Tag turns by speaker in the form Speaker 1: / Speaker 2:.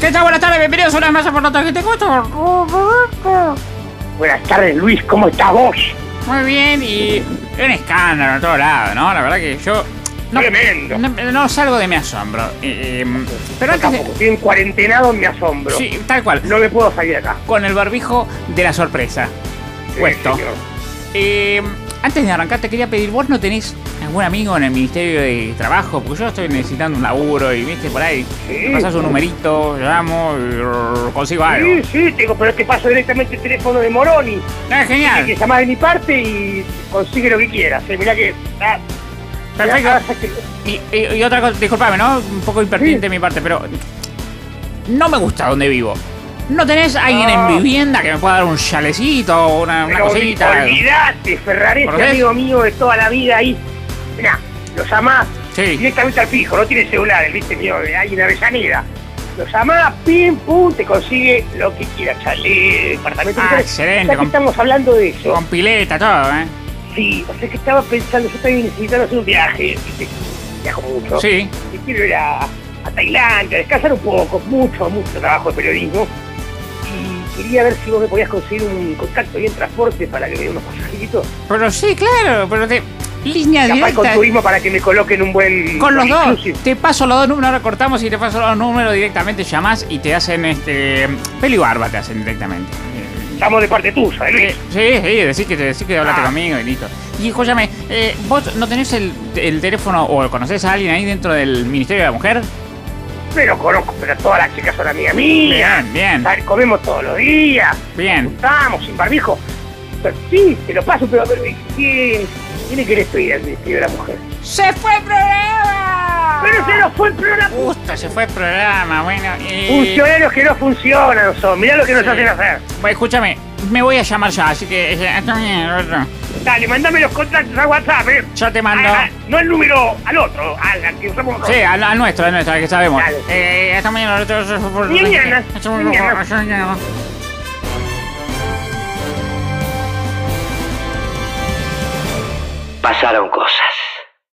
Speaker 1: ¿Qué tal? Buenas tardes, bienvenidos una vez más a por la tarjeta de Gusto.
Speaker 2: Buenas tardes, Luis, ¿cómo estás vos?
Speaker 1: Muy bien, y un escándalo en todos lados, ¿no? La verdad que yo. No,
Speaker 2: Tremendo.
Speaker 1: no, no salgo de mi asombro. Eh, eh, pero
Speaker 2: Yo
Speaker 1: antes de-
Speaker 2: tampoco, estoy en cuarentenado en mi asombro.
Speaker 1: Sí, tal cual.
Speaker 2: No me puedo salir de acá.
Speaker 1: Con el barbijo de la sorpresa.
Speaker 2: Sí,
Speaker 1: Puesto.
Speaker 2: señor.
Speaker 1: Eh, antes de arrancar, te quería pedir, ¿vos no tenés algún amigo en el Ministerio de Trabajo? Porque yo estoy necesitando un laburo y viste por ahí.
Speaker 2: Sí.
Speaker 1: me Pasás un numerito, llamo, y, rrr, consigo algo.
Speaker 2: Sí, sí, tengo, pero te paso directamente el teléfono de Moroni.
Speaker 1: Ah, es
Speaker 2: Así que
Speaker 1: genial.
Speaker 2: llamás de mi parte y consigue lo que quieras. eh, Mirá que. ah,
Speaker 1: Perfecto.
Speaker 2: mirá, ah, que-
Speaker 1: Y, y- y otra cosa, disculpame, ¿no? Un poco impertinente
Speaker 2: Sí.
Speaker 1: de mi parte, pero. No me gusta donde vivo. ¿No tenés alguien
Speaker 2: No.
Speaker 1: en vivienda que me pueda dar un chalecito o una, una
Speaker 2: Pero
Speaker 1: cosita?
Speaker 2: ol- Olvidate, Ferrarese,
Speaker 1: ¿Por qué?
Speaker 2: amigo mío de toda la vida ahí. Mirá, lo llamás
Speaker 1: Sí.
Speaker 2: directamente al fijo, no tiene celular, el viste mío, hay una avellaneda. Lo llamás, pim, pum, te consigue lo que quieras, chale, departamento.
Speaker 1: Ah,
Speaker 2: que quieras.
Speaker 1: excelente,
Speaker 2: Ya que
Speaker 1: con-
Speaker 2: estamos hablando de eso.
Speaker 1: Con pileta, todo, ¿eh?
Speaker 2: Sí, o sea que estaba pensando, yo también necesitaba hacer un viaje, viste, viajo mucho.
Speaker 1: Sí.
Speaker 2: Y quiero ir a, a Tailandia, descansar un poco, mucho, mucho trabajo de periodismo. Y quería ver si vos me podías conseguir un contacto y en transporte para que me dé unos pasajitos.
Speaker 1: Pero sí, claro, pero te. Línea
Speaker 2: Capaz con
Speaker 1: directa.
Speaker 2: turismo para que me coloquen un buen...
Speaker 1: Con los
Speaker 2: all
Speaker 1: dos.
Speaker 2: inclusive.
Speaker 1: Te paso los dos números, ahora cortamos y te paso los dos números directamente, llamás y te hacen este. Peli barba te hacen directamente. Eh,
Speaker 2: Estamos de parte tuya, ¿eh, Luis.
Speaker 1: eh, Sí, sí, decís que, decí que hablaste
Speaker 2: Ah.
Speaker 1: conmigo y listo. Y escúchame, eh, ¿vos no tenés el, el teléfono o conocés a alguien ahí dentro del Ministerio de la Mujer?
Speaker 2: Pero conozco, pero todas las chicas son amigas mías.
Speaker 1: Bien, bien,
Speaker 2: Sal- Comemos todos los días.
Speaker 1: bien.
Speaker 2: Estamos sin barbijo. Pero sí, te lo paso, pero, pero ¿qué, ¿qué le querés pedir al Ministerio de la Mujer?
Speaker 1: ¡Se fue el programa!
Speaker 2: Pero se nos fue el programa.
Speaker 1: Justo, se fue el programa, bueno. eh,
Speaker 2: Funcionarios que no funcionan son. Mirá lo que nos
Speaker 1: Sí.
Speaker 2: hacen hacer.
Speaker 1: bueno, escúchame, me voy a llamar ya, así que. eh,
Speaker 2: Dale, mandame los contactos a WhatsApp, eh.
Speaker 1: Yo te mando.
Speaker 2: Ah, ah, no el número al otro, al, al que usamos nosotros.
Speaker 1: Sí, al, al nuestro, al nuestro, al que sabemos.
Speaker 2: Dale, sí.
Speaker 1: Eh, hasta mañana.
Speaker 2: Mañana, mañana.
Speaker 3: Pasaron cosas.